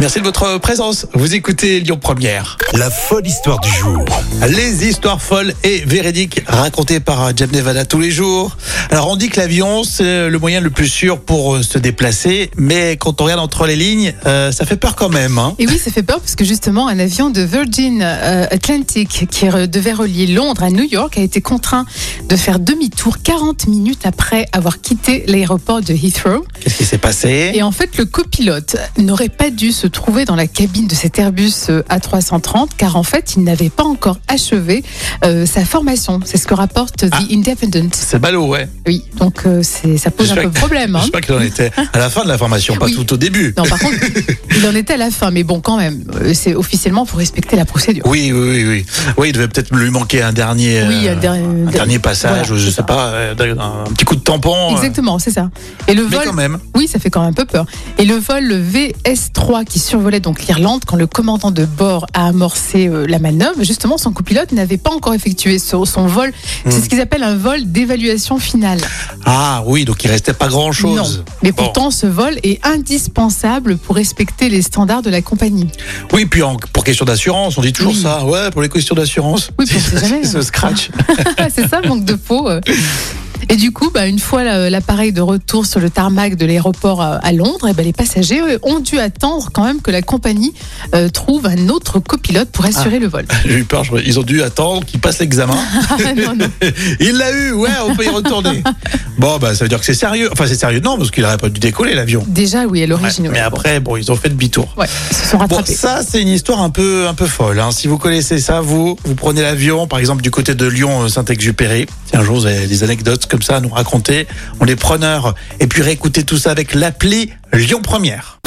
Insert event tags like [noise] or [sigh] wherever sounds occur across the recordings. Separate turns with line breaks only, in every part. Merci de votre présence. Vous écoutez Lyon Première.
La folle histoire du jour.
Les histoires folles et véridiques racontées par euh, Jeb Nevada tous les jours. Alors on dit que l'avion c'est le moyen le plus sûr pour euh, se déplacer, mais quand on regarde entre les lignes, euh, ça fait peur quand même. hein.
Et oui, ça fait peur parce que justement, un avion de Virgin euh, Atlantic qui re- devait relier Londres à New York a été contraint de faire demi-tour 40 minutes après avoir quitté l'aéroport de Heathrow.
Qu'est-ce qui s'est passé
Et en fait, le copilote n'aurait pas dû se trouver dans la cabine de cet Airbus euh, A330 car en fait, il n'avait pas encore achevé euh, sa formation. C'est ce que rapporte The
Ah.
Independent.
C'est ballot, ouais.
Oui, donc euh, c'est- ça pose un
J'espère
peu
que-
problème.
Je
hein.
sais pas qu'il en était
[laughs]
à la fin de la formation, pas
Oui.
tout au début.
Non, par contre, il en était à la fin, mais bon, quand même, euh, c'est officiellement pour respecter la procédure.
Oui, oui, oui, oui. Oui, il devait peut-être lui manquer un dernier,
Oui,
euh,
un dernier-
un dernier passage,
voilà,
ou je
c'est
sais
ça.
pas, euh, un petit coup de tampon. euh,
Exactement, c'est ça. Et le
Mais
vol,
quand même.
oui, ça fait quand même un peu peur. Et le vol VS3 qui survolait donc l'Irlande quand le commandant de bord a amorcé euh, la manœuvre, justement, son copilote n'avait pas encore effectué son, son vol. C'est
Hmm.
ce qu'ils appellent un vol d'évaluation finale.
Ah oui, donc il restait pas grand chose.
Non. Mais
Bon.
pourtant, ce vol est indispensable pour respecter les standards de la compagnie.
Oui, puis en- pour question d'assurance, on dit toujours
Oui.
ça. Ouais, pour les questions d'assurance.
Oui,
[laughs]
puis on sait jamais. hein.
Ce scratch. [laughs]
c'est ça, manque de peau. euh. Et du coup, bah, une fois la- l'appareil de retour sur le tarmac de l'aéroport à- à Londres, eh ben, les passagers euh, ont dû attendre quand même que la compagnie euh, trouve un autre copilote pour
Ah.
assurer le vol. [laughs]
J'ai eu peur, je- ils ont dû attendre qu'ils passent l'examen. [laughs]
Ah, non, non.
Il l'a eu, ouais, on peut y
[laughs]
retourner. bon, bah, ça veut dire que c'est sérieux. Enfin, c'est sérieux, non, parce qu'il n'aurait pas dû décoller l'avion.
Déjà, oui, à
Ouais,
l'origine.
mais
ouais,
après, bon, ils ont fait demi-tour.
bon. Ouais, ils se sont
Bon,
rattrapés.
ça, c'est une histoire un peu, un peu folle. hein. Si vous connaissez ça, vous, vous prenez l'avion, par exemple, du côté de Lyon-Saint-Exupéry. Si un jour vous avez des anecdotes comme ça à nous raconter, on est preneurs. Et puis réécoutez tout ça avec l'appli Lyon Première.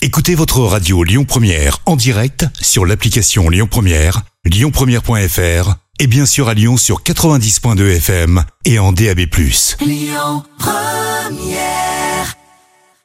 Écoutez votre radio Lyon Première en direct sur l'application Lyon Première, lyonpremière.fr et bien sûr à Lyon sur 90.2 FM et en DAB+.